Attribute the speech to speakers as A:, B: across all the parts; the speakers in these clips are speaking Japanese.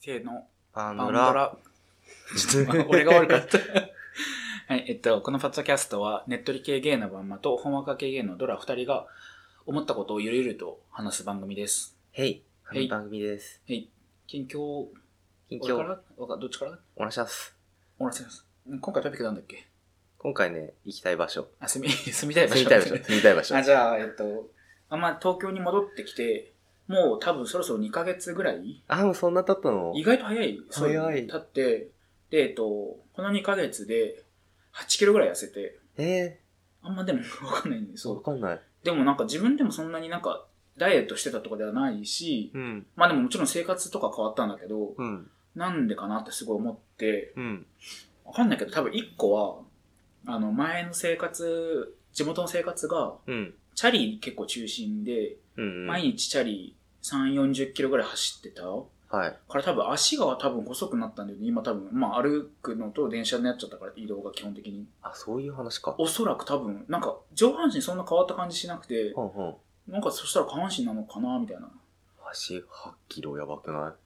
A: 店の
B: パン
A: パ
B: ド
A: ンド
B: ラ。
A: ラ。
B: ちょっと
A: 俺が悪かった。はい、えっと、このファッツァキャストは、ねっとり系芸のバンマと、ほんわか系芸のドラ二人が、思ったことをゆるゆると話す番組です。
B: ヘイ、こ
A: ヘ
B: の
A: イ
B: 番組です。
A: はい、近況、
B: 近
A: 俺か
B: 況、
A: らわかどっちから
B: お話します。
A: おらせます。今回トピックなんだっけ
B: 今回ね、行きたい場所。
A: あ、住み、 住みたい場所。
B: 住みたい場所。住みたい場所
A: あ、。じゃあ、えっと、あんま東京に戻ってきて、もう多分そろそろ2ヶ月ぐらい
B: あ、もうそんな経ったの
A: 意外と早い。そう
B: 早い
A: 経って、で、えっと、この2ヶ月で8キロぐらい痩せて、
B: え
A: あんまでもわかんないんで、
B: ー、わ
A: そ
B: かんない。
A: う。でもなんか自分でもそんなになんか、ダイエットしてたとかではないし、
B: うん。
A: まあでももちろん生活とか変わったんだけど、
B: うん。
A: なんでかなってすごい思って、
B: うん。
A: わかんないけど多分1個は、あの前の生活、地元の生活が、
B: うん。
A: チャリ結構中心で、
B: うん。
A: 毎日チャリ3、40キロぐらい走ってた
B: はい。
A: から多分足が多分細くなったんだよね。今多分、まあ歩くのと電車になっちゃったから移動が基本的に。
B: あ、そういう話か。
A: おそらく多分、なんか上半身そんな変わった感じしなくて、
B: ほんほん。
A: なんかそしたら下半身なのかなみたいな。
B: 足8キロやばくな
A: う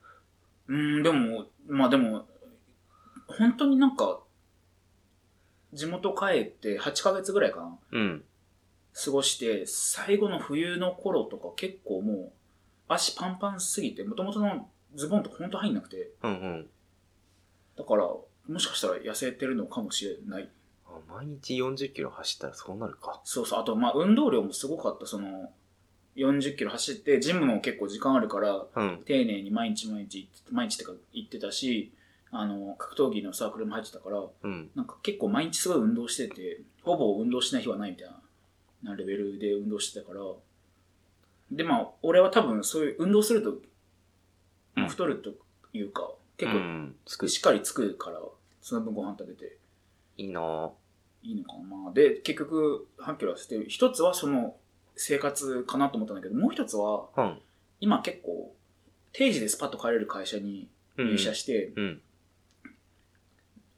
A: ーん、でも、まあでも、本当になんか、地元帰って8ヶ月ぐらいかな。
B: いうん。
A: 過ごして、最後の冬の頃とか結構もう、足パンパンすぎて、もともとのズボンとか本当入んなくて、
B: うんうん。
A: だから、もしかしたら痩せてるのかもしれない。
B: あ毎日40キロ走ったらそうなるか。
A: そうそう。あと、まあ、運動量もすごかった。その、40キロ走って、ジムも結構時間あるから、
B: うん。
A: 丁寧に毎日毎日行って、毎日ってか行ってたし、あの、格闘技のサークルも入ってたから、
B: うん。
A: なんか結構毎日すごい運動してて、ほぼ運動しない日はないみたいなレベルで運動してたから、で、まあ、俺は多分そういう運動すると、
B: うん
A: 太るというか、結
B: う
A: 構
B: ん。つく
A: しっかりつくから、その分ご飯食べて、
B: いいなぁ。
A: いいのかな。で、結局、8キロ痩せて、一つはその生活かなと思ったんだけど、もう一つは、
B: うん。
A: 今結構、定時でスパッと帰れる会社に
B: うん
A: 入社して、
B: うん。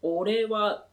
A: 俺は、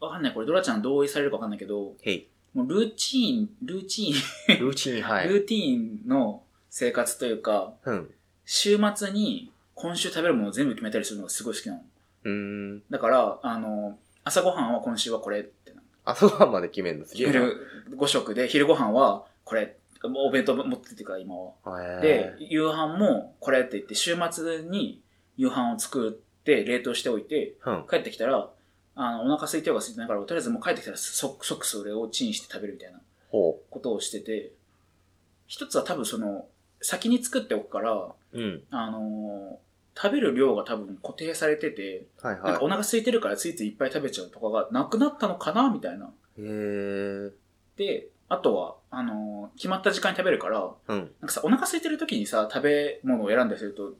A: わかんない、これドラちゃん同意されるかわかんないけど、
B: へい。
A: もうルーチン、ルーチ
B: ルーチン、は
A: ン、
B: い。
A: ルーティンの生活というか、
B: うん。
A: 週末に今週食べるものを全部決めたりするのがすごい好きなの。
B: うーん。
A: だから、あの、朝ごはんは今週はこれってな。
B: 朝ごはんまで決めるのすげえな。
A: 昼5食で、昼ごはんはこれ、もうお弁当持ってってから今は。で
B: へ、
A: 夕飯もこれって言って、週末に夕飯を作って冷凍しておいて、
B: ーうん。
A: 帰ってきたら、あの、お腹空いてようが空いてないから、とりあえずもう帰ってきたら即、即それをチンして食べるみたいな
B: ほ
A: ことをしてて、一つは多分その、先に作っておくから、
B: う。うん。
A: あのー食べる量が多分固定されてて、
B: はい
A: なんか
B: は
A: お腹空いてるからついついいっぱい食べちゃうとかがなくなったのかなみたいな。
B: い。へえ。
A: で、あとは、あのー決まった時間に食べるから、
B: うん。
A: なんかさ、お腹空いてる時にさ、食べ物を選んだりすると、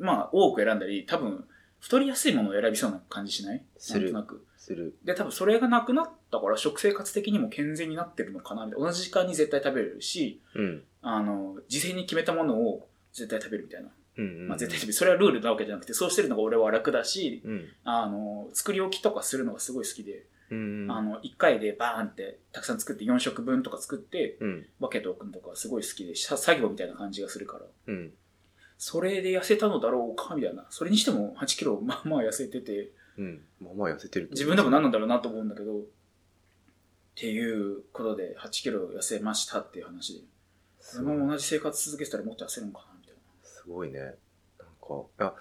A: まあ、多く選んだり、多分、太りやすいものを選びそうな感じしない
B: する
A: なんとなく。
B: する。
A: で、多分それがなくなったから、食生活的にも健全になってるのかな、みたいな。同じ時間に絶対食べれるし、
B: うん。
A: あの、事前に決めたものを絶対食べるみたいな。
B: うん。
A: まあ、絶対食べる。それはルールなわけじゃなくて、そうしてるのが俺は楽だし、
B: うん。
A: あの、作り置きとかするのがすごい好きで、
B: うん。
A: あの、1回でバーンって、たくさん作って、4食分とか作って、
B: うん。
A: 分けておくのとかすごい好きで、さ作業みたいな感じがするから。
B: うん。
A: それで痩せたのだろうかみたいな。それにしても8キロまあまあ痩せてて、
B: うん。まあまあ痩せてる。
A: 自分でも何な
B: の
A: んだろうなと思うんだけど、っていうことで8キロ痩せましたっていう話で。そ
B: す
A: の
B: ごい
A: まま同じ生活続けてたらもっと痩せるのかなみたい
B: すごいね。なんか、あ、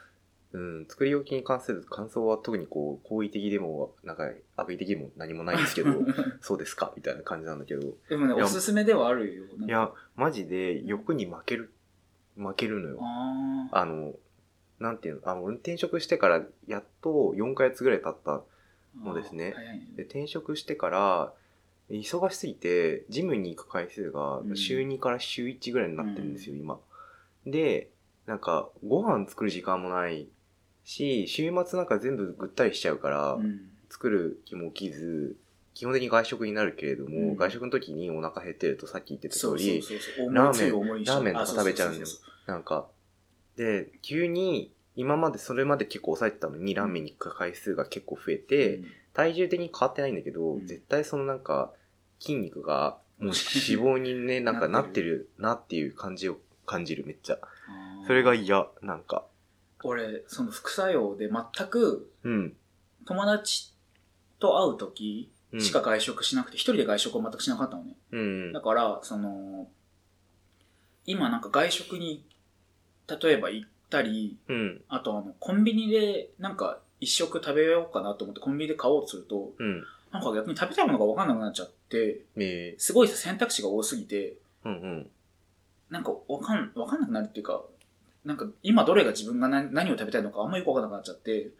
B: うん、作り置きに関する感想は特にこう、好意的でも、なんか、悪意的でも何もないんですけど、そうですかみたいな感じなんだけど。い
A: な。でも
B: い
A: ね、
B: や
A: おすすめではあるよ。なんか
B: や、マジで欲に負ける、負けるのよ。
A: あ
B: あの、なんていうの、あの、俺転職してから、やっと4ヶ月ぐらい経った
A: ー
B: もうですね
A: 早いね。
B: で転職してから忙しすぎてジムに行く回数が
A: うん
B: 週2から週1ぐらいになってるんですよ、今でなんかご飯作る時間もないし週末なんか全部ぐったりしちゃうから、
A: うん。
B: 作る気も起きず基本的に外食になるけれども、
A: うん
B: 外食の時にお腹減ってるとさっき言ってた
A: そ
B: 通
A: うそ
B: り
A: うそうそう。
B: ラーメン
A: 重い重いし
B: ラーメンとか
A: あそそそ
B: 食べちゃうんだよなんかで急に今までそれまで結構抑えてたのにラーメンに行く回数が結構増えて、
A: うん
B: 体重的に変わってないんだけど、
A: うん
B: 絶対そのなんか筋肉が もう脂肪にねなんか
A: な
B: なっ
A: ってて
B: るなっていう感じを感じるめっちゃ
A: あー
B: それが嫌なんか
A: 俺、その副作用で全く
B: うん。
A: 友達と会う時
B: うん
A: しか外食しなくて、一人で外食を全くしなかったのね。
B: うん
A: だ。から、その、今なんか外食に、例えば行ったり、
B: うん。
A: あとあの、コンビニでなんか一食食べようかなと思ってコンビニで買おうとすると、
B: うん。
A: なんか逆に食べたいものがわかんなくなっちゃって、
B: え
A: すごい選択肢が多すぎて、
B: ーうんうん。
A: なんかわかん、わかんなくなるっていうか、なんか今どれが自分が何何を食べたいのかあんまよくわかんなくなっちゃって、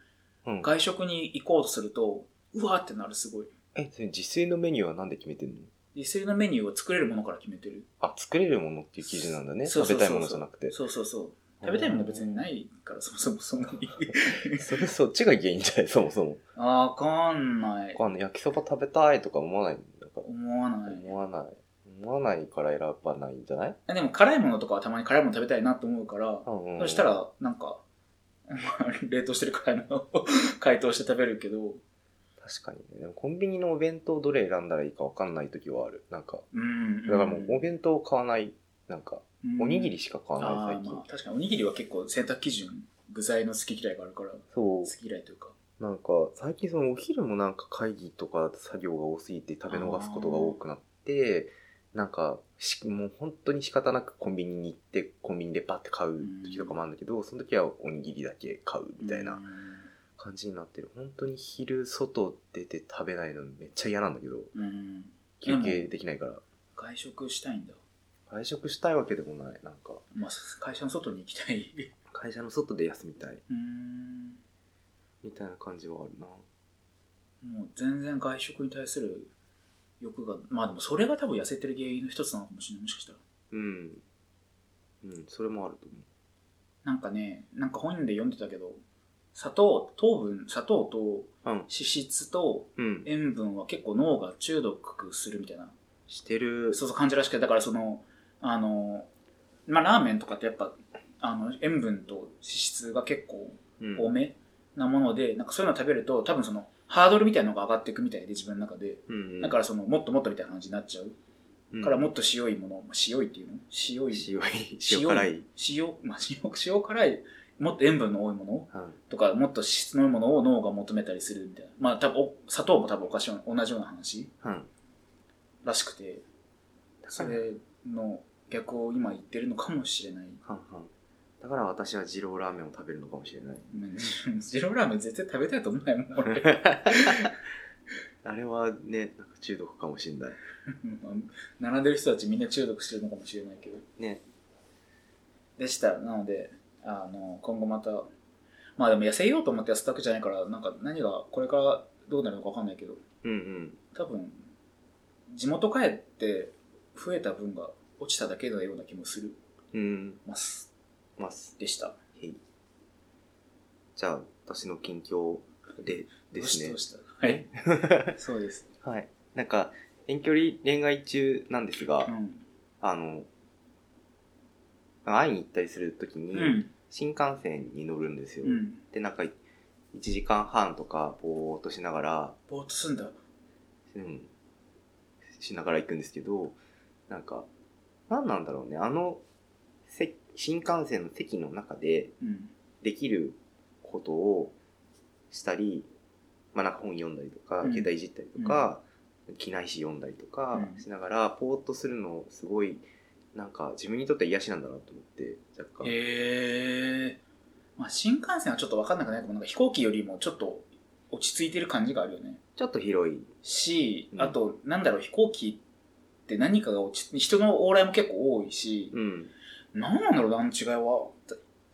B: うん
A: 外食に行こうとすると、うわーってなるすごい。
B: え、それ自炊のメニューはなんで決めてんの
A: 実際のメニューを作れるものから決めてる。
B: あ、作れるものっていう基準なんだね。
A: そう
B: 食
A: そうそう
B: べた
A: そう
B: いものじゃなくて。
A: そうそうそう。食べたいもの別にないから、そもそもそんなに。
B: それそっちが原因じゃない、そもそも。
A: あーわかんない。
B: あの焼きそば食べたいとか思わないんだから。
A: 思わない。
B: 思わない。思わないから選ばないんじゃない
A: あでも辛いものとかはたまに辛いもの食べたいなと思うから、
B: うんうん
A: そした、らなんか、 まあ冷凍してる辛いの を解凍して食べるけど、
B: 確かにね。でもコンビニのお弁当どれ選んだらいいかわかんない時はある。なんか、
A: うん。
B: だからもうお弁当買わない。なんか、おにぎり
A: し
B: しか買
A: か
B: わない、
A: ない
B: 最近。
A: 確かにおにぎりは結構選択基準、具材の好き嫌いがあるから、
B: そ
A: 好き嫌いというか。
B: う。なんか、最近そのお昼もなんか会議とか作業が多すぎて食べ逃すことが多くなって、なんか、しもう本当に仕方なくコンビニに行って、コンビニでバって買う時とかもあるんだけど、その時はおにぎりだけ買うみたいな。
A: うん。
B: 感じになってる本当に昼外出て食べないのめっちゃ嫌なんだけど
A: うんで
B: 休
A: も
B: 憩できないから
A: 外食したいんだ。
B: 外食したいわけでもないなんか
A: まあ、会社の外に行きたい。
B: 会社の外で休みたい
A: うん。
B: みたいな感じはあるな
A: もう全然外食に対する欲が、まあでもそれが多分痩せてる原因の一つなのかもしれない、もしかしたら。
B: うんうんそれもあると思
A: なんかね、なんか本で読んでたけど、砂糖、糖分、砂糖と
B: う
A: 脂質と
B: うんうん
A: 塩分は結構脳が中毒するみたいな、
B: してる
A: そうそう感じらしくて、だからその、あの、まあラーメンとかってやっぱ、あの、塩分と脂質が結構
B: うん
A: 多めなもので、なんかそういうの食べると多分その、ハードルみたいなのが上がっていくみたいで、自分の中で。
B: うんうん
A: だからその、もっともっとみたいな感じになっちゃう。
B: うん
A: からもっと塩いもの、まあ塩いっていうの塩い。
B: 塩い塩辛い
A: 塩、まあ、塩、塩辛い、もっと塩分の多いもの
B: うん
A: とか、もっと脂質の多いものを脳が求めたりするみたいな。まあ、多分お砂糖も多分おかしい同じような話
B: うん
A: らしくて、
B: だか
A: そ
B: ら
A: れの逆を今言ってるのかもしれない。
B: はんはんだから私は二郎ラーメンを食べるのかもしれない
A: うんジローラーメン絶対食べたいと思わないもん、 俺。
B: あれはねなんか中毒かもしれない
A: うん並んでる人たちみんな中毒してるのかもしれないけど。
B: ね
A: でした。なので、あの、今後また、まあでも痩せようと思って痩せたわけじゃないから、なんか何がこれからどうなるのかわかんないけど、
B: うんうん
A: 多分、地元帰って増えた分が落ちただけのような気もする
B: うん
A: ます。
B: ます
A: でした。
B: へいじゃあ、私の近況でですね
A: どう。したどうした はい。そうです。
B: はい。なんか、遠距離恋愛中なんですが、
A: うん。
B: あの、会いに行ったりするとき
A: う
B: に、
A: ん。
B: 新幹線に乗るんですよ。
A: うん。
B: で、なんか、1時間半とか、ぼーっとしながら、
A: ぼーっとすんだ。
B: うん、しながら行くんですけど、なんか、何なんだろうね、あの、せ新幹線の席の中で、
A: うん。
B: できることをしたり、まあ、なんか本読んだりとか、
A: うん
B: 携帯いじったりとか、機内誌読んだりとか
A: うん
B: しながら、ポーっとするのすごい、なんか自分にとっては癒しなんだなと思って、若干。
A: へえ。まあ新幹線はちょっとわかんなくないけど、なんか飛行機よりもちょっと落ち着いてる感じがあるよね。
B: ちょっと広い。
A: し、
B: うん
A: あと、なんだろう、飛行機って何かが落ち、人の往来も結構多いし、
B: うん。
A: なんなんだろうな、あの違いは。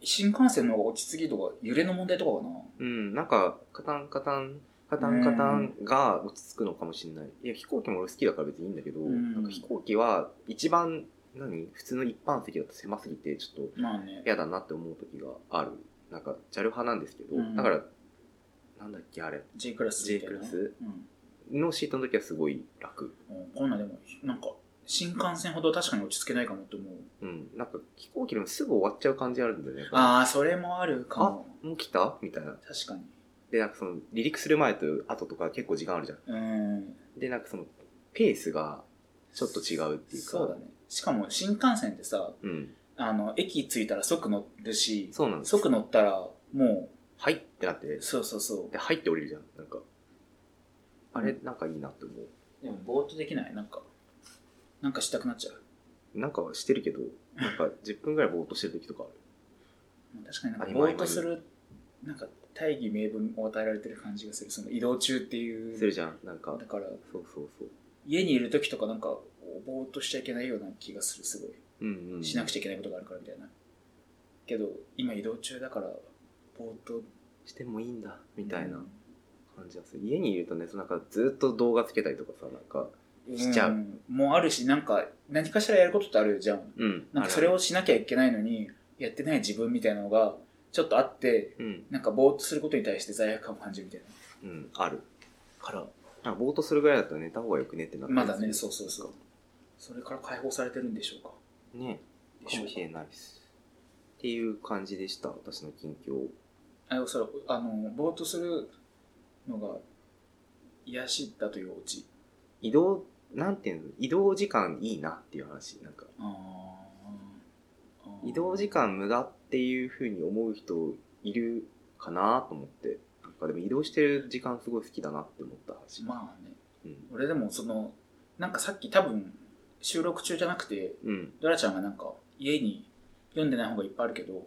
A: 新幹線の方が落ち着きとか、揺れの問題とかかな。
B: うん。なんか、カタンカタン、カタンカタンが落ち着くのかもしれない。いや、飛行機も俺好きだから別にいいんだけど、
A: ん
B: なんか飛行機は一番、何普通の一般席だと狭すぎて、ちょっと
A: まあね。
B: 嫌だなって思う時があるなんか JAL 派なんですけど、
A: うん
B: だからなんだっけあれ
A: J クラス
B: J
A: みたい
B: ク
A: な。
B: ラス
A: うん。
B: のシートの時はすごい楽
A: うんこんなんでも、なんか、新幹線ほど確かに落ち着けないかもって思う。
B: うんなんか飛行機でもすぐ終わっちゃう感じあるんだよね
A: ああ、それもあるかも。
B: もう来たみたいな
A: 確かに。
B: でなんかその離陸する前と後とか結構時間あるじゃん
A: うん。
B: でなんかそのペースがちょっと違うっていうか
A: そうだね。しかも、新幹線ってさ、
B: うん
A: あの、駅着いたら即乗るし、
B: そうなんです
A: 即乗ったら、も
B: はいってなって
A: う、、そうそうそう。
B: で、はいって降りるじゃん。なんか、あれ、
A: う
B: なんかいいなって思う。
A: でも、ぼーっとできないなんか、なんかしたくなっちゃう。
B: なんかしてるけど、な んか10分ぐらいぼーっとしてる時とかある。
A: 確かになん
B: あ
A: か、
B: 今
A: ぼーっとする、なんか、大義名分を与えられてる感じがする。その移動中っていう。
B: するじゃん。なんか
A: だ、から、
B: そうそうそう。
A: 家にいる時とかなんか、ぼーっとしちゃいけないような気がする、すごい。
B: うんうん。
A: しなくちゃ
B: ゃ
A: いけないことがあるからみたいな。けど、今移動中だから、ぼーっと。
B: してもいいんだ、みたいな
A: うん
B: 感じがする。家にいるとね、そのなんかずっと動画つけたりとかさ、なんか、しちゃうん
A: もうあるし、なんか、何かしらやることってあるじゃん。
B: うん。
A: なんかそれ
B: を、
A: をしなきゃいけないのに、やってない自分みたいなのが、ちょっとあって、
B: うん、
A: なんかぼーっとすることに対して罪悪感を感じるみたい
B: うん、ある。
A: な。から、
B: なんかぼーっとするぐらいだと寝た方がよくねってなったり
A: ます
B: る
A: だね、そうそうそう。それから解放されてるんでしょうか。
B: ね
A: で
B: か
A: しょう
B: も
A: か
B: しれないです。っていう感じでした、私の近況。
A: あ、それ、あの、ぼーっとするのが、癒しだというオチ。
B: 移動、なんていうの、移動時間いいなっていう話。なんか、
A: あーあー
B: 移動時間無駄っていうふうに思う人いるかなと思って。なんかでも移動してる時間すごい好きだなって思った話。
A: まあね、
B: うん。
A: 俺でもその、なんかさっき多分、収録中じゃなくて、
B: うん。
A: ドラちゃんがなんか家に読んでない本がいっぱいあるけど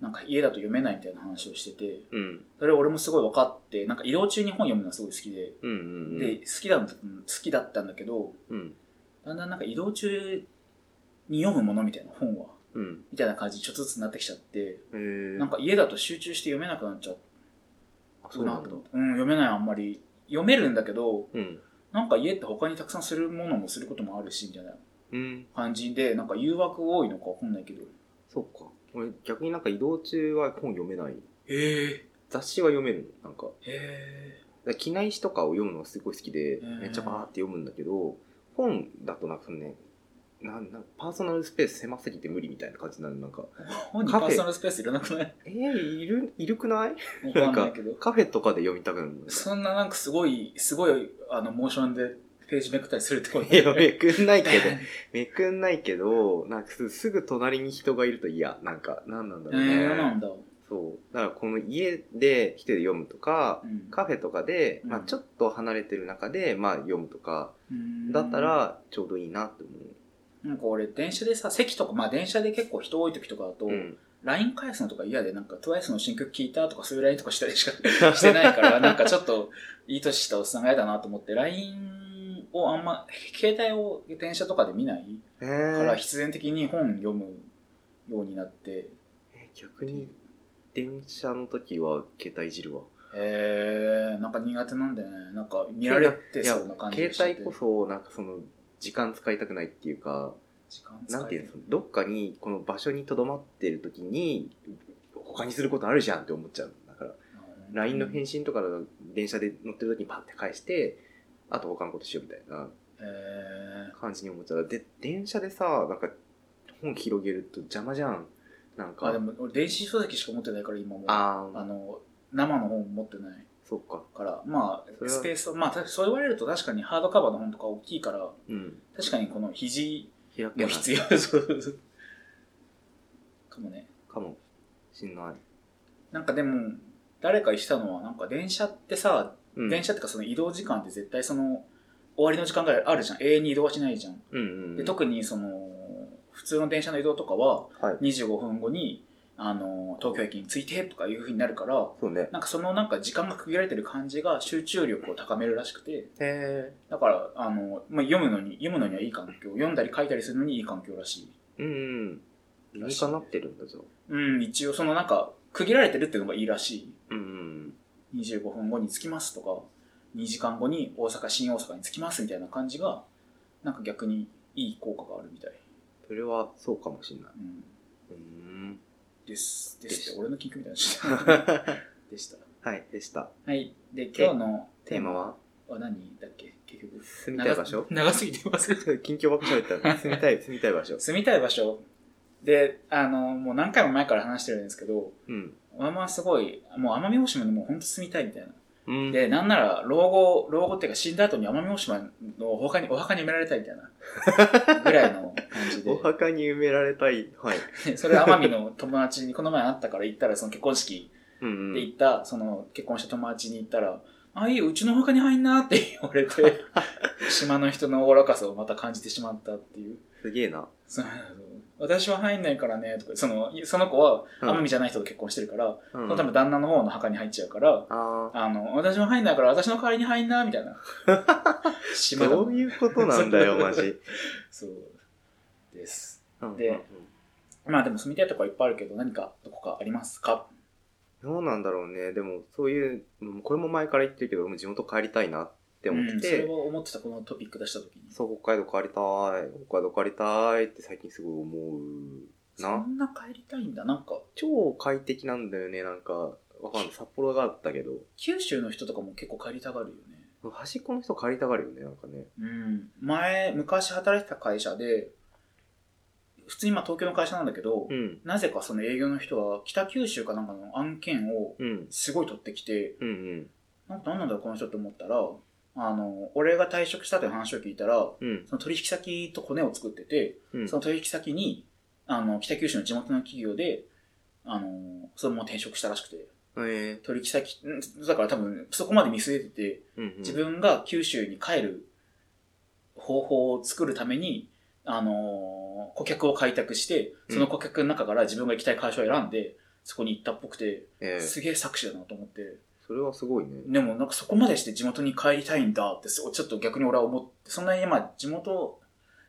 A: なんか家だと読めないみたいな話をしてて
B: うん。
A: それ俺もすごい分かってなんか移動中に本読むのはすごい好きで、
B: うんうんうん。
A: で好きだん好きだったんだけど
B: うん。
A: だんだんなんか移動中に読むものみたいな本は
B: うん。
A: みたいな感じにちょっとずつなってきちゃって
B: えー、
A: なんか家だと集中して読めなくなっちゃう
B: あ、そう
A: な
B: な
A: と
B: んだ
A: 思。ってうん読めないあんまり読めるんだけど
B: うん。
A: なんか家って他にたくさんするものもすることもあるしみたいな
B: うん。
A: 感じでなんか誘惑多いのか分かんないけど
B: そうか。俺逆になんか移動中は本読めない。
A: へえ
B: 雑誌は読めるの。なんか。
A: へえ
B: だから機内誌とかを読むのがすごい好きで
A: うん
B: めっちゃバーって読むんだけど本だとなんかねなんなんかパーソナルスペース狭すぎて無理みたいな感じになるなんか
A: 本にパーソナルスペースいらなくない
B: えー、いるいるくない
A: わかんない
B: なんか
A: けど。
B: カフェとかで読みたくなるの
A: そんななんかすごい、すごい、あの、モーションでページめくったりするってこと
B: いやめくんないけ どめくんないけどなんかすすぐ隣に人がいると嫌なんかなんなんだ
A: え
B: ろうね、
A: ー、なんだ。
B: そうだからこの家で一人で読むとか
A: うん
B: カフェとかで、まあ、
A: うん
B: ちょっと離れてる中で、まあ、読むとかだった、らちょうどいいなって思
A: うんなんか俺、電車でさ、席とか、まあ電車で結構人多い時とかだと、
B: う、うん、
A: LINE 返すのとか嫌で、なんか TWICE の新曲聞いたとかそういう LINE とかしたりしかしてないから、なんかちょっと、いい年したおっさんが嫌だなと思って、LINE をあんま、携帯を電車とかで見ない
B: え
A: から、
B: ー、
A: 必然的に本読むようになって、
B: え逆に電車の時は携帯いじるわ
A: へえなんか苦手なんだよねなんか見られてそうな感じ
B: いや
A: がしちゃって
B: 携帯こそなんかその時間使いたくないっていうか
A: 時間使
B: なんていうの
A: う
B: そのどっかにこの場所にとどまってる時に他にすることあるじゃんって思っちゃうだから LINE の返
A: 信
B: 信とかだと電車で乗ってる時にパッて返してあと他のことしようみたいな
A: へえ
B: 感じに思っちゃうで電車でさなんか本広げると邪魔じゃんなんか
A: あでも俺電子書籍しか持ってないから今も
B: あー
A: あの生の本持ってない
B: そっか
A: からま
B: そ
A: あ
B: れは
A: スペースをまあたそう言われると確かにハードカバーの本とか大きいから
B: うん
A: 確かにこの肘
B: 開
A: も
B: けない
A: 必要そうそうそうかもね
B: かもしんない、
A: なんかでも誰か言ってたのはなんか電車ってさ
B: うん、
A: 電車ってかその移動時間って絶対その終わりの時間ぐらいあるじゃん永遠に移動はしないじゃん、
B: うんうんうん
A: で特にその普通の電車の移動とかは
B: はい
A: 25分後にあの東京駅に着いてとかいうふうになるから
B: そうね
A: なんかそのなんか時間が区切られてる感じが集中力を高めるらしくて
B: へ
A: だからあの、まあ、読むのに読むのにはいい環境読んだり書いたりするのにいい環境らしい
B: えうんうん
A: ら
B: 理
A: しい
B: にかなってるんだじゃあ
A: うん一応そのなんか区切られてるっていうのがいいらし
B: うんうん
A: い25分後に着きますとか2時間後に大阪新大阪に着きますみたいな感じがなんか逆にいい効果があるみたい、
B: それはそうかもしんない
A: うん、
B: うん
A: ですで
B: ですす
A: って俺の緊急みたいな話 でした
B: はいでした
A: はいで今日の
B: テーマは
A: は何だっけ結局
B: 住みたい場所
A: 長長すぎて忘れた
B: 近況ばっかり喋った住みたい住みたい 場所
A: 住みたい場所であのもう何回も前から話してるんですけど
B: うん
A: まあまあすごいもう奄美大島にもう本当住みたいみたいな
B: うん
A: でなんなら老後老後っていうか死んだ後に奄美大島のお墓にお墓に埋められたいみたいなぐらいの感じ
B: お
A: で
B: 墓に埋められたいはい
A: それ奄美の友達にこの前会ったから行ったらその結婚式
B: うん
A: で、行った、その、結婚した友達に行ったら、あ、いいよ、うちのお墓に入んなって言われ て、島の人の愚かさをまた感じてしまったっていう。
B: すげえな。
A: そう私は入んないからね、とか、その、その子は、
B: うん
A: 奄美じゃない人と結婚してるから、そ
B: そ
A: のため旦那の方の墓に入っちゃうから、
B: あ
A: あの、私も入んないから、私の代わりに入んな、みた いな。
B: あ、
A: 島だ
B: どういうことなん だよ、マジ。
A: そう。です。
B: うん
A: でまあでも住みたいとこはいっぱいあるけど、何かどこかありますか
B: どうなんだろうね。でも、そういう、うんこれも前から言ってるけど、俺も地元帰りたいなって思
A: う
B: っ
A: ん、それ
B: て、
A: は思ってた、このトピック出した時に。
B: そう、北海道帰りたい、北海道帰りたいって最近すごい思う
A: そ
B: な。
A: んな帰りたいんだ。なんか、
B: 超快適なんだよね、なんか。わかんない。札幌があったけど、
A: 九州の人とかも結構帰りたがるよね。
B: 端っこの人帰りたがるよね、なんかね。
A: うん。前、昔働いてた会社で、普通に今東京の会社なんだけど、
B: うん。
A: なぜかその営業の人は北九州かなんかの案件を
B: うん。
A: すごい取ってきて、
B: うんうん。
A: なんか何なんだろうこの人って思ったら、あの、俺が退職したという話を聞いたら、
B: うん。
A: その取引先とコネを作ってて、
B: うん
A: その取引先に、あの、北九州の地元の企業で、あの、そのもう転職したらしくて、
B: え
A: 取引先、んだから多分、そこまで見据えてて、
B: ーうんうん
A: 自分が九州に帰る方法を作るために、あの、顧客を開拓して、その顧客の中から自分が行きたい会社を選んで、そこに行ったっぽくて、
B: えー
A: すげえ作詞だなと思って、
B: それはすごいね。
A: でもなんかそこまでして地元に帰りたいんだって、そうちょっと逆に俺は思って、そんなにまあ地元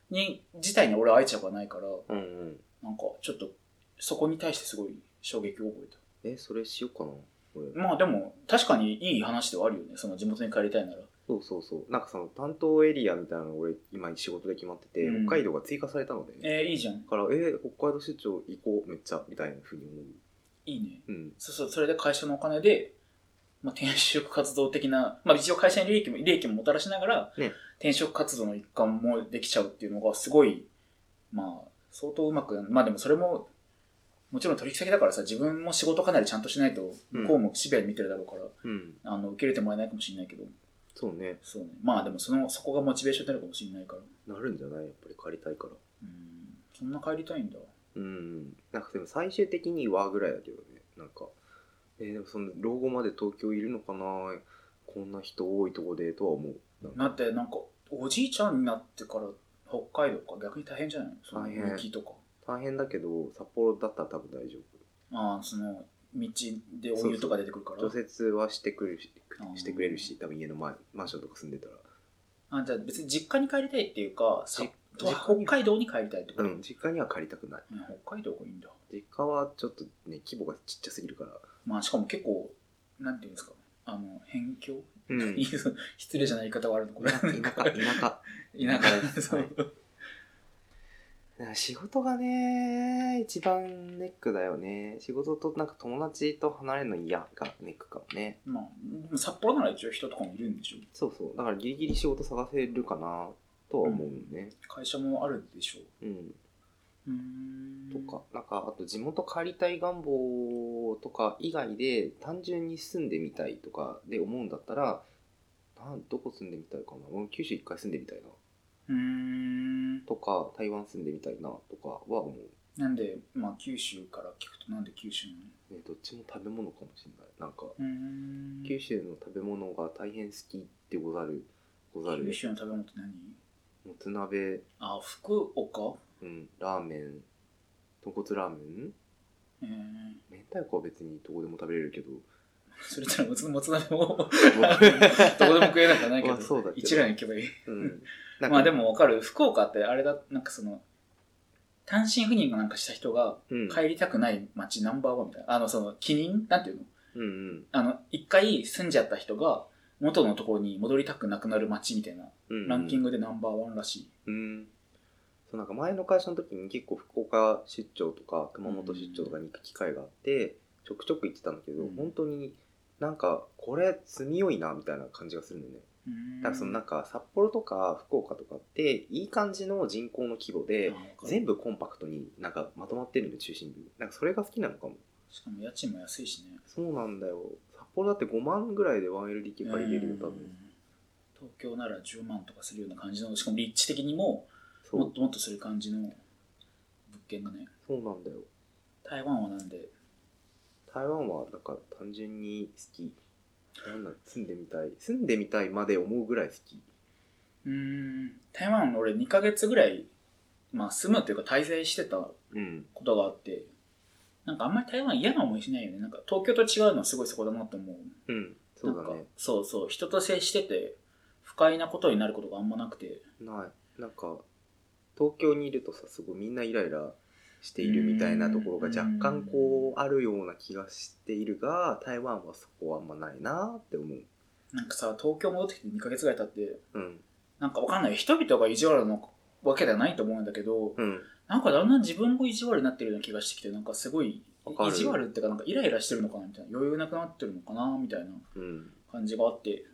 A: に、自体に俺は愛着がないから、
B: うんうん。
A: なんか、ちょっと、そこに対してすごい衝撃を覚え
B: え、それしようかな。俺
A: た。まあでも、確かにいい話ではあるよね。その地元に帰りたいなら。
B: そうそうそう。なんかその担当エリアみたいなの俺今仕事で決まってて、
A: うん
B: 北海道が追加されたのでね。
A: えー、いいじゃん
B: だ。から、えー北海道出張行こう、めっちゃ、みたいなふうに思
A: いいね。
B: う。うん。
A: そうそう、それで会社のお金で、まあ、転職活動的な、まあ一応会社に利益も、利益ももたらしながら、
B: ね
A: 転職活動の一環もできちゃうっていうのが、すごい、まあ、相当うまく、まあでもそれも、もちろん取引先だからさ、自分も仕事かなりちゃんとしないと、向こうもシビアに見てるだろうから、
B: うん。
A: あの、受け入れてもらえないかもしれないけど、
B: そうね。
A: そうね。まあでもその、そこがモチベーションになるかもしれないから。
B: なるんじゃないやっぱり借りたいから。
A: うんそんな帰りたいんだ。
B: うん。なんかでも最終的にはぐらいだけどね。なんか、えーでもその、老後まで東京いるのかなこんな人多いとこで、とは思う。なんか
A: だってなんか、おじいちゃんになってから北海道か逆に大変じゃないその
B: 大変
A: 雪とか。
B: 大変だけど、札幌だったら多分大丈
A: ああ、その、道でお湯とか出てくるから。
B: 夫。除雪はしてくるし
A: あ、ー
B: してくれるし、多分家の前、マンションとか住んでたら。
A: あじゃあ別に実家に帰りたいっていうか、さ
B: じ
A: と北海道に帰りたいってこと、
B: うん、実家には借りたくない。
A: うん北海道がいいんだ。
B: 実家はちょっとね、規模がちっちゃすぎるから。
A: まあしかも結構、なんていうんですか、あの、辺境、
B: うん。田
A: 失礼じゃない言い方があるのこれ。
B: 舎、 田舎。
A: 田舎。そう
B: なんか仕事がね、一番ネックだよね。仕事となんか友達と離れるの嫌がネックかもね。
A: まあ、でも札幌なら一応人とかもいるんでしょ
B: そうそう。だからギリギリ仕事探せるかなとは思うね。
A: 会社もあるでしょ
B: うん。
A: う。うー
B: と
A: ん
B: か、なんかあと地元帰りたい願望とか以外で単純に住んでみたいとかで思うんだったら、なんどこ住んでみたいかな。俺九州一回住んでみたいな。
A: うーん。
B: とか、台湾住んでみたいなとかは思う。
A: なんで、まあ、九州から聞くとなんで九州なの
B: ね、どっちも食べ物かもしれない。なんか、
A: うーん
B: 九州の食べ物が大変好きでござる、ござ
A: 九
B: る。
A: 州の食べ物って何
B: もつ鍋、
A: あ、福岡
B: うん、ラーメン、豚骨ラーメン
A: えー、
B: 明太子は別にどこでも食べれる けど。
A: それたらもつもつ 鍋もどこでも食えなくはないけど
B: まあそうだけど
A: 一覧行けばいい
B: うん。なんか
A: まあで、もわかる福岡ってあれだなんかその単身赴任かなんかした人が
B: うん、
A: 帰りたくない街ナンバーワンみたいなあのその帰任なんていうの
B: うんうん。
A: あの一回住んじゃった人が元のところに戻りたくなくなる街みたいな
B: うん、
A: ランキン
B: グ。
A: グでナンバーワンらしい、
B: うん。そう、なんか前の会社の時に結構福岡出張とか、熊本出張とかに行く機会があって、ちょくちょく行ってたんだけど、
A: うん
B: 本当になんか、これ住みよいな、みたいな感じがするんだよね。
A: うー
B: だからそのなんか札幌とか福岡とかっていい感じの人口の規模で
A: あわかる
B: 全部コンパクトになんかまとまってるのよ中心部なんかそれが好きなのかも
A: しかも家賃も安いしね。
B: そうなんだよ札幌だって5万ぐらいで 1LDK 借りれるよ多
A: う
B: 分
A: ん東京なら10万とかするような感じの、しかも立地的にも
B: そ
A: も
B: う
A: っともっとする感じの物件がね。
B: そうなんだよ
A: 台湾はなんで、
B: 台湾はだから単純に好きなんだ住んでみたい住んでみたいまで思うぐらい好き
A: うーん台湾俺2ヶ月ぐらい、まあ、住むというか滞在してたこ
B: うん
A: とがあってなんかあんまり台湾嫌な思いしないよねなんか東京と違うのはすごいそこだなと思う
B: うんそうだ
A: なん
B: ね
A: かそうそう人と接してて不快なことになることがあんまなくて
B: ないなんか東京にいるとさすごいみんなイライラしているみたいなところが若干こうあるような気がしているが台湾はそこはあんまないなって思う
A: なんかさ東京戻ってきて2ヶ月ぐらい経って
B: うん
A: なんかわかんない人々が意地悪なわけではないと思うんだけど
B: うん
A: なんかだんだん自分も意地悪になってるような気がしてきてなんかすごい
B: わかる
A: 意地悪っていうかなんかイライラしてるのかなみたいな余裕なくなってるのかなみたいな
B: うん
A: 感じがあって、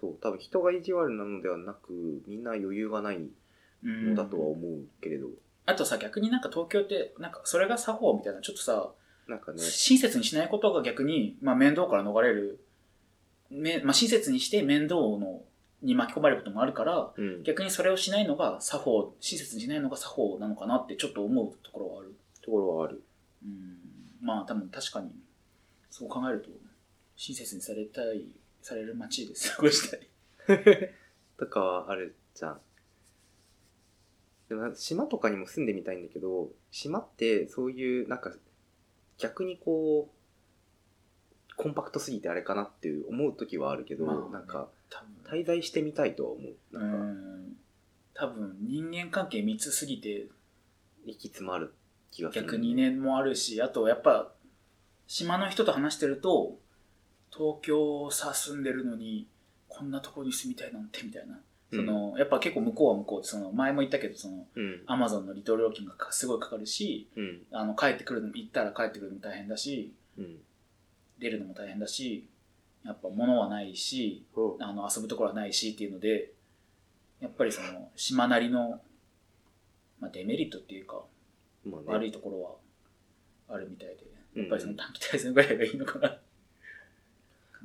B: そう多分人が意地悪なのではなくみんな余裕がない
A: うん
B: のだとは思うけれど、
A: あとさ逆になんか東京ってなんかそれが作法みたいなちょっとさ
B: なんかね
A: 親切にしないことが逆に、まあ、面倒から逃れる、めまあ、親切にして面倒のに巻き込まれることもあるから
B: うん
A: 逆にそれをしないのが作法親切にしないのが作法なのかなってちょっと思うところはある、
B: ところはある
A: うん、まあ多分確かにそう考えると親切にされたいされる街で過ごしたい
B: とかはあるじゃんでもなんか島とかにも住んでみたいんだけど島ってそういうなんか逆にこうコンパクトすぎてあれかなっていう思う時はあるけど、
A: まあね
B: なんか
A: 多分
B: 滞在してみたいとは思う
A: う
B: なんか
A: ん多分人間関係密すぎて
B: 行き詰まる気がする、
A: 逆にねもあるしあとやっぱ島の人と話してると東京さ住んでるのにこんなところに住みたいなんてみたいな、
B: うん
A: そのやっぱ結構向こうは向こうでその前も言ったけどその
B: うん
A: アマゾンの離島料金がすごいかかるし
B: うん
A: あの帰ってくるのも行ったら帰ってくるのも大変だし
B: うん
A: 出るのも大変だしやっぱ物はないし
B: そう
A: あの遊ぶところはないしっていうのでやっぱりその島なりの、まあ、デメリットっていうか
B: まあね
A: 悪いところはあるみたいで、
B: うん
A: やっぱりその短期滞在ぐらいがいいのかな。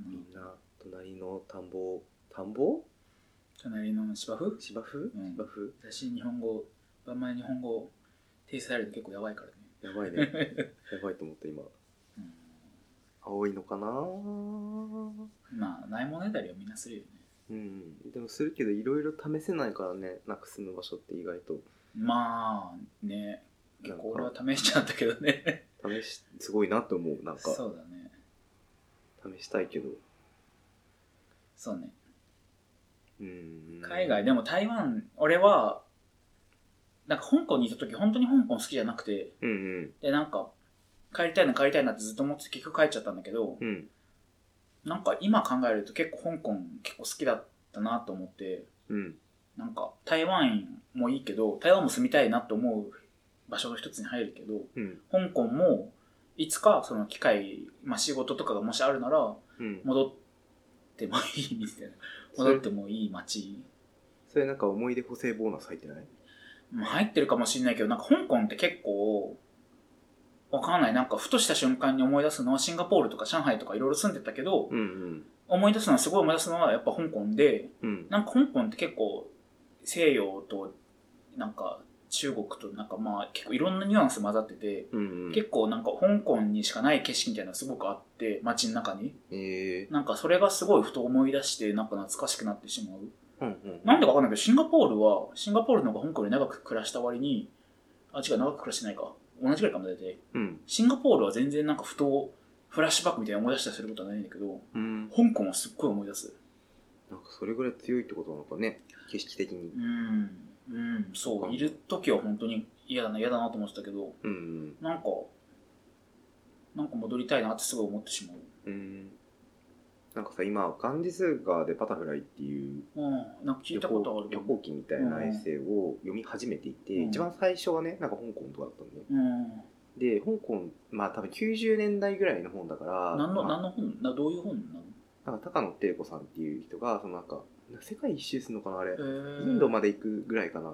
B: みんな隣の田んぼ田んぼ
A: 隣の芝生
B: 芝生、
A: うん
B: 芝生
A: 私、日本語、あんまり日本語提出されるの結構やばいからね。
B: やば いねやばいと思った今青いのかな
A: うん、まあ、ないもねだりはみんなするよね。
B: うん、でもするけどいろいろ試せないからねなく住む場所って意外と
A: まあね、結構俺は試しちゃったけどね。
B: 試しすごいなと思うなんか
A: そうだね。
B: 試したいけど、
A: そうね。
B: うん、
A: 海外、でも台湾、俺は、なんか香港にいた時本当に香港好きじゃなくて、
B: うんうん
A: で、なんか、帰りたいな帰りたいなってずっと思ってて結局帰っちゃったんだけど、
B: うん
A: なんか今考えると結構香港結構好きだったなと思って
B: うん
A: なんか台湾もいいけど台湾も住みたいなと思う場所の一つに入るけど
B: うん
A: 香港もいつかその機会、まあ、仕事とかがもしあるなら
B: うん
A: 戻ってもいいみたいな
B: そ
A: 戻
B: れ
A: ってもいい街
B: それなんか思い出補正ボーナス入ってない
A: まあ入ってるかもしれないけどなんか香港って結構わかんないなんかふとした瞬間に思い出すのはシンガポールとか上海とかいろいろ住んでたけど
B: うんうん
A: 思い出すのはすごい思い出すのはやっぱ香港で
B: うん
A: なんか香港って結構西洋となんか中国となんかまあ結構いろんなニュアンス混ざってて、
B: うんうん
A: 結構なんか香港にしかない景色みたいなのがすごくあって街の中に
B: えー、
A: なんかそれがすごいふと思い出してなんか懐かしくなってしまう
B: うんうん
A: なんでかわかんないけどシンガポールはシンガポールの方が香港より長く暮らした割にあ違う長く暮らしてないか同じぐらいかも出て
B: うん
A: シンガポールは全然なんかふとフラッシュバックみたいな思い出したりすることはないんだけど
B: うん
A: 香港はすっごい思い出す
B: なんかそれぐらい強いってことなのかね景色的に
A: うん、うん、そ
B: そう
A: う、いる時は本当に嫌だな、嫌だなと思ってたけど、
B: うん
A: なんか、なんか戻りたいなってすごい思ってしまう。
B: うんうんなんかさ今ガンジス川でパタフライっていう
A: うん、なんか聞いたことあるかも。
B: 旅行旅行記みたいなエッセイを読み始めていて、
A: うん
B: 一番最初はねなんか香港とかだったんで
A: うん。
B: で香港まあ多分90年代ぐらいの本だから
A: 何の、
B: まあ
A: 何の本な、どういう本なの
B: なんか高野貞子さんっていう人がそのなんか世界一周するのかなあれ、
A: えー
B: インドまで行くぐらいかな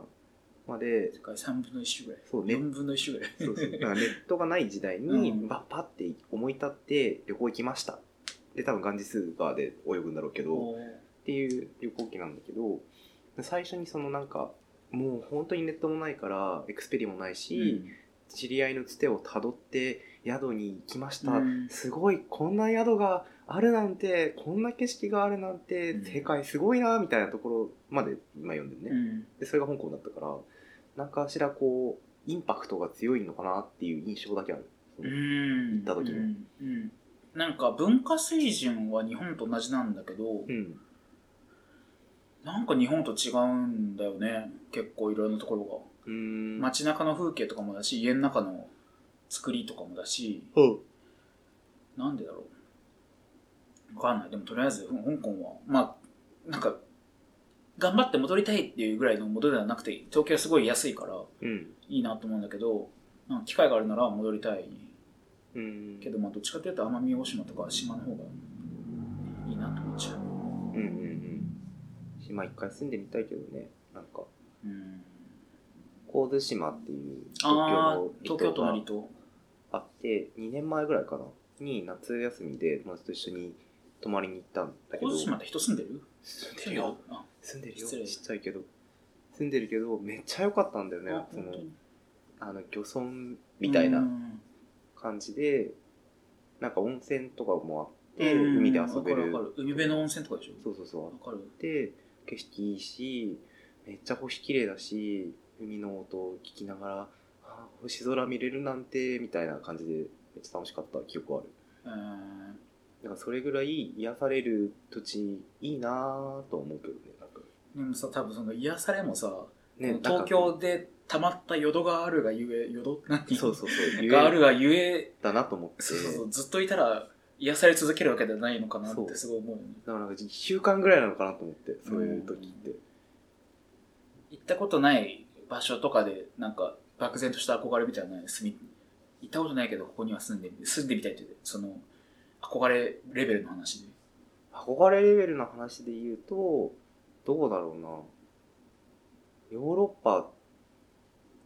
B: まで
A: 世界3分の1ぐらい。
B: そうね
A: 4分の1ぐらい。
B: そうそうなんかネットがない時代に、
A: うん
B: バッパって思い立って旅行行きましたで多分ガンジス川で泳ぐんだろうけど、
A: おー
B: っていう旅行記なんだけど最初にそのなんかもう本当にネットもないからエクスペリもないし、知り合いのつてをたどって宿に行きました、
A: うん
B: すごいこんな宿があるなんてこんな景色があるなんて、
A: うん
B: 世界すごいなみたいなところまで今読んでるね、
A: うん
B: でそれが香港だったからなんかしらこうインパクトが強いのかなっていう印象だけある、
A: 行
B: った時の
A: うんうんなんか文化水準は日本と同じなんだけど、
B: うん、
A: なんか日本と違うんだよね結構いろんなところ
B: うーん
A: が街中の風景とかもだし家の中の作りとかもだし
B: うん
A: なんでだろうわかんないでもとりあえずうん香港はまあなんか頑張って戻りたいっていうぐらいの戻りではなくて東京はすごい安いから
B: うん
A: いいなと思うんだけどなんか機会があるなら戻りたい
B: うん
A: けどまあどっちかというと奄美大島とか島の方がいいなと思っちゃう
B: うんうんうん島一回住んでみたいけどねなんか
A: うん
B: 神津島っていう
A: ああ
B: 東
A: 東
B: 京
A: 京都
B: の
A: の
B: 離
A: 離
B: 島が
A: 島
B: あって2年前ぐらいかなに夏休みで友達と一緒に泊まりに行ったんだけど
A: 神津島って人住んでる
B: 住んでるよ
A: あ
B: 住んでるよ
A: 失礼
B: ちっちゃいけど住んでるけどめっちゃ良かったんだよね
A: あ
B: そ
A: 本
B: の
A: 当に
B: あの漁村みたいうなん感じでなんか温泉とかもあって
A: うん
B: 海で遊べ
A: わかる
B: る
A: わかる海辺の温泉とかでし
B: そうそうそう
A: ょわかる
B: で景色いいしめっちゃ星綺麗だし海の音を聞きながらあー星空見れるなんてみたいな感じでめっちゃ楽しかった記憶はある
A: えー
B: だからそれぐらい癒される土地いいなぁとは思うけどねなんか
A: でもさ多分その癒されもさ
B: ね
A: 東
B: なん
A: 京
B: か
A: で溜まった淀があるがゆえ淀何
B: そうそうそ う
A: があ
B: 言
A: る
B: え
A: がゆえ
B: たなと思って
A: そうそうそうずっといたら癒され続けるわけではないのかな
B: そ
A: っ
B: う
A: てすごい思うよね
B: だからなんか1週間ぐらいなのかなと思ってそういう時って
A: 行ったことない場所とかでなんか漠然とした憧れみたいなのに住み行ったことないけどここには住んでみ住んでみたいっていうその憧れレベルの話で
B: 憧れレベルの話で言うとどうだろうなヨーロッパ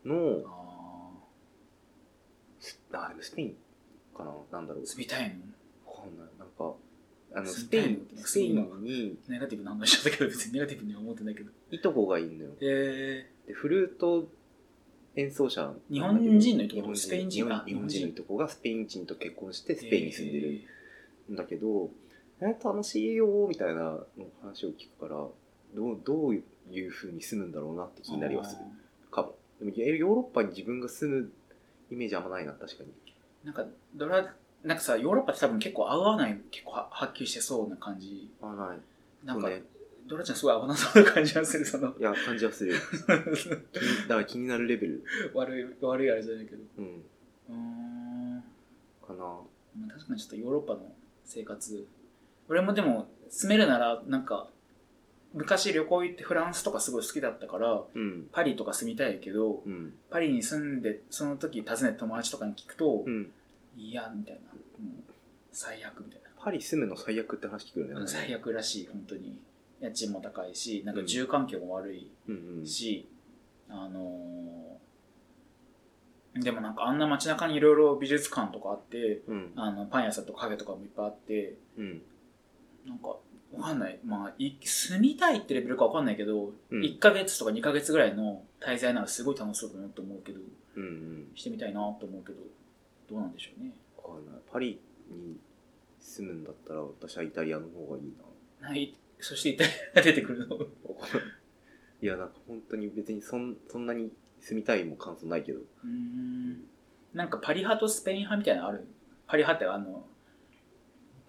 B: の
A: あ
B: スあでもスペインかななんだろう
A: ー住みたいの
B: わかんないなんかあのス
A: ス
B: ペ
A: ペ
B: イ
A: イン
B: ンスペインに
A: ネガティブな話だったけど別にネガティブには思ってないけど
B: いとこがいるのよ
A: え
B: でフルート演奏者なんだけど
A: 日本人のいとこ
B: 日本
A: スペイン人
B: 日本
A: あ
B: 日本人のいとこがスペイン人と結婚して
A: ー、
B: スペインに住んでるんだけど、えー楽しいよみたいなの話を聞くからどうどういうふうに住むんだろうなって気になりはする
A: あ
B: かもでもえヨーロッパに自分が住むイメージあんまないな確かに
A: ーなんかドラなんかさヨーロッパって多分結構合わない結構ははっきりしてそうな感じ
B: あない
A: なんか、
B: そうね
A: ドラちゃんすごい合わなそうな感じがするその
B: いや感じはする気にだから気になるレベル、
A: 悪い悪いあれじゃないけど
B: うん、
A: うーん
B: かな
A: まあ確かにちょっとヨーロッパの生活俺もでも住めるならなんか昔旅行行ってフランスとかすごい好きだったから
B: うん
A: パリとか住みたいけど
B: うん
A: パリに住んでその時訪ねた友達とかに聞くと
B: う、ん
A: いやみたいな、うん最悪みたい
B: パリ住むの最悪って話聞くよね
A: な、最悪らしい本当に家賃も高いしなんか
B: うん
A: 住環境も悪い
B: うんうん
A: し、あのーでもなんかあんな街中にいろいろ美術館とかあって
B: うん
A: あのパン屋さんとかカフェとかもいっぱいあって
B: うん
A: なんか、わかんない。まあ、い住みたいってレベルかわかんないけど、
B: うん
A: 1ヶ月とか2ヶ月ぐらいの滞在ならすごい楽しそうだなと思うけど、
B: うんうん
A: してみたいなと思うけど、どうなんでしょうね。
B: わかんないパリに住むんだったら私はイタリアの方がいいな
A: はい。 そしてイタリアが出てくるの。
B: いやなんか本当に別にそんそんなに住みたいも感想ないけど
A: うん。なんかパリ派とスペイン派みたいなのあるパリ派ってあの、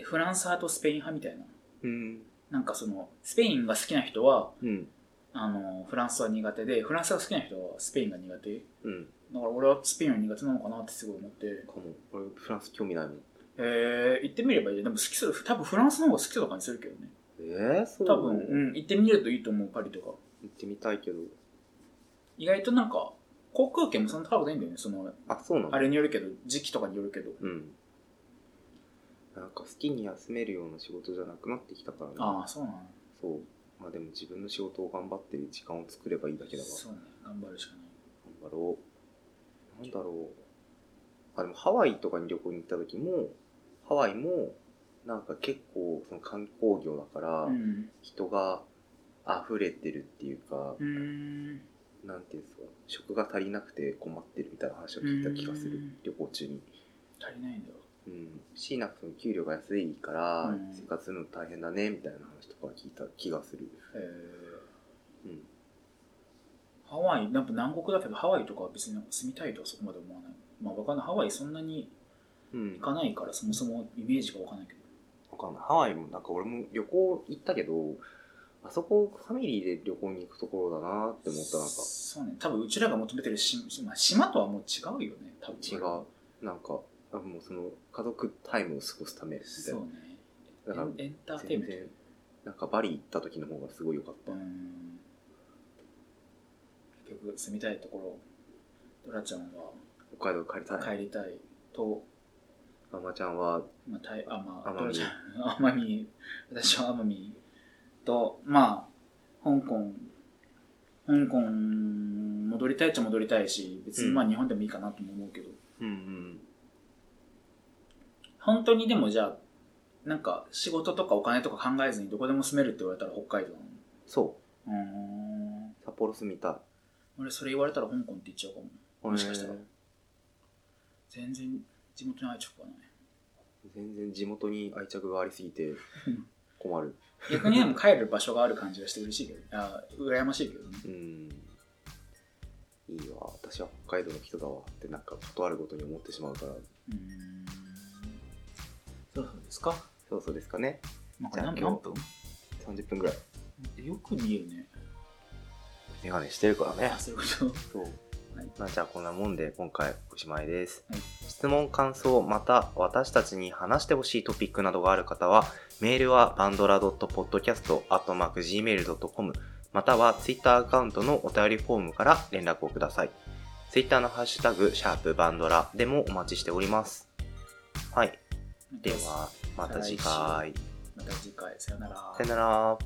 A: フランス派とスペイン派みたいな。
B: うん
A: なんかその、スペインが好きな人は、
B: うん
A: あの、フランスは苦手で、フランスが好きな人はスペインが苦手。
B: うん
A: だから俺はスペインは苦手なのかなってすごい思って。
B: かも俺フランス興味ないもん
A: えー、行ってみればいいねでも好きそう多分フランスの方が好きそうな感じするけどね
B: えー、そ
A: 多
B: う
A: 分、うん、行ってみるといいと思うパリとか
B: 行ってみたいけど
A: 意外となんか航空券もそんな高くないんだよねその
B: あそうなの
A: あれによるけど時期とかによるけど
B: うんなんか好きに休めるような仕事じゃなくなってきたからね
A: ああそうなの
B: そうまあでも自分の仕事を頑張って時間を作ればいいだけだから
A: そうね頑張るしかない
B: なんだろう。なんだろう。あ、でもハワイとかに旅行に行った時も、ハワイも、なんか結構その観光業だから
A: う、ん
B: 人が溢れてるっていうか、
A: うーん
B: なんていうんですか、食が足りなくて困ってるみたいな話を聞いた気がする
A: うん、
B: 旅行中に。
A: 確足りないんだよ。
B: うん、し、なんかその給料が安いから
A: うん
B: 生活するの大変だねみたいな話とかは聞いた気がする。
A: え
B: うん、
A: ー、ハワイ、なんか南国だけど、ハワイとかは別に住みたいとはそこまで思わない。まあ、わかんない。ハワイそんなに
B: うん
A: 行、かないから、そもそもイメージがわかんないけど。
B: わかんない。ハワイもなんか俺も旅行行ったけど、あそこファミリーで旅行に行くところだなって思ったなんか
A: そうね。多分、うちらが求めてるし、まあ、島とはもう違うよね。多分。
B: 違う。なんか、あもうその家族タイムを過ごすためみたい
A: そう
B: な。
A: ね。
B: だか
A: エ
B: ら
A: ンエンターテイン
B: 全
A: メン
B: 然、なんかバリ行った時の方がすごい良かっ
A: ト。
B: た。
A: うん。結局、住みたいところ、ドラちゃんは
B: 北海道帰りたい。
A: 帰りたいと、
B: ママちゃんは、
A: まあ、たいあまあ、
B: 奄美
A: どうじゃ 奄美、私は奄美と、まあ、香港、香港、戻りたいっちゃ戻りたいし、別にまあ
B: う
A: 日本でもいいかなとも思うけど、
B: うんうん。
A: 本当にでもじゃあ、なんか仕事とかお金とか考えずにどこでも住めるって言われたら北海道
B: そ
A: なの。うーん。
B: う。札幌住みたい。
A: 俺それ言われたら香港って言っちゃうかも。もしかしたら
B: えー
A: 全然地元に愛着がない。
B: 全然地元に愛着がありすぎて
A: ん
B: 困る。
A: 逆にでも帰る場所がある感じがして嬉しいけ ど、あ羨ましいけどね。
B: うん。いいわ。私は北海道の人だわってなんか断るごとに思ってしまうから、
A: うーん。そうそうですか
B: そうそうですかね。
A: なん
B: じ
A: か
B: ゃあ
A: 何
B: 今日
A: 何分
B: 30分ぐらい。
A: よく見えるね。
B: メガネしてるからね
A: あ、。そういうこと。
B: そう。
A: はい
B: まあじゃあこんなもんで今回おしまいです。
A: はい
B: 質問、感想、また私たちに話してほしいトピックなどがある方は、メールはバンドラ .podcast.gmail.com または Twitter アカウントのお便りフォームから連絡をください。Twitter のハッシュタグ、シャープバンドラでもお待ちしております。 はい。では、また次
A: 再
B: 回。
A: また次回、さよなら
B: さよなら。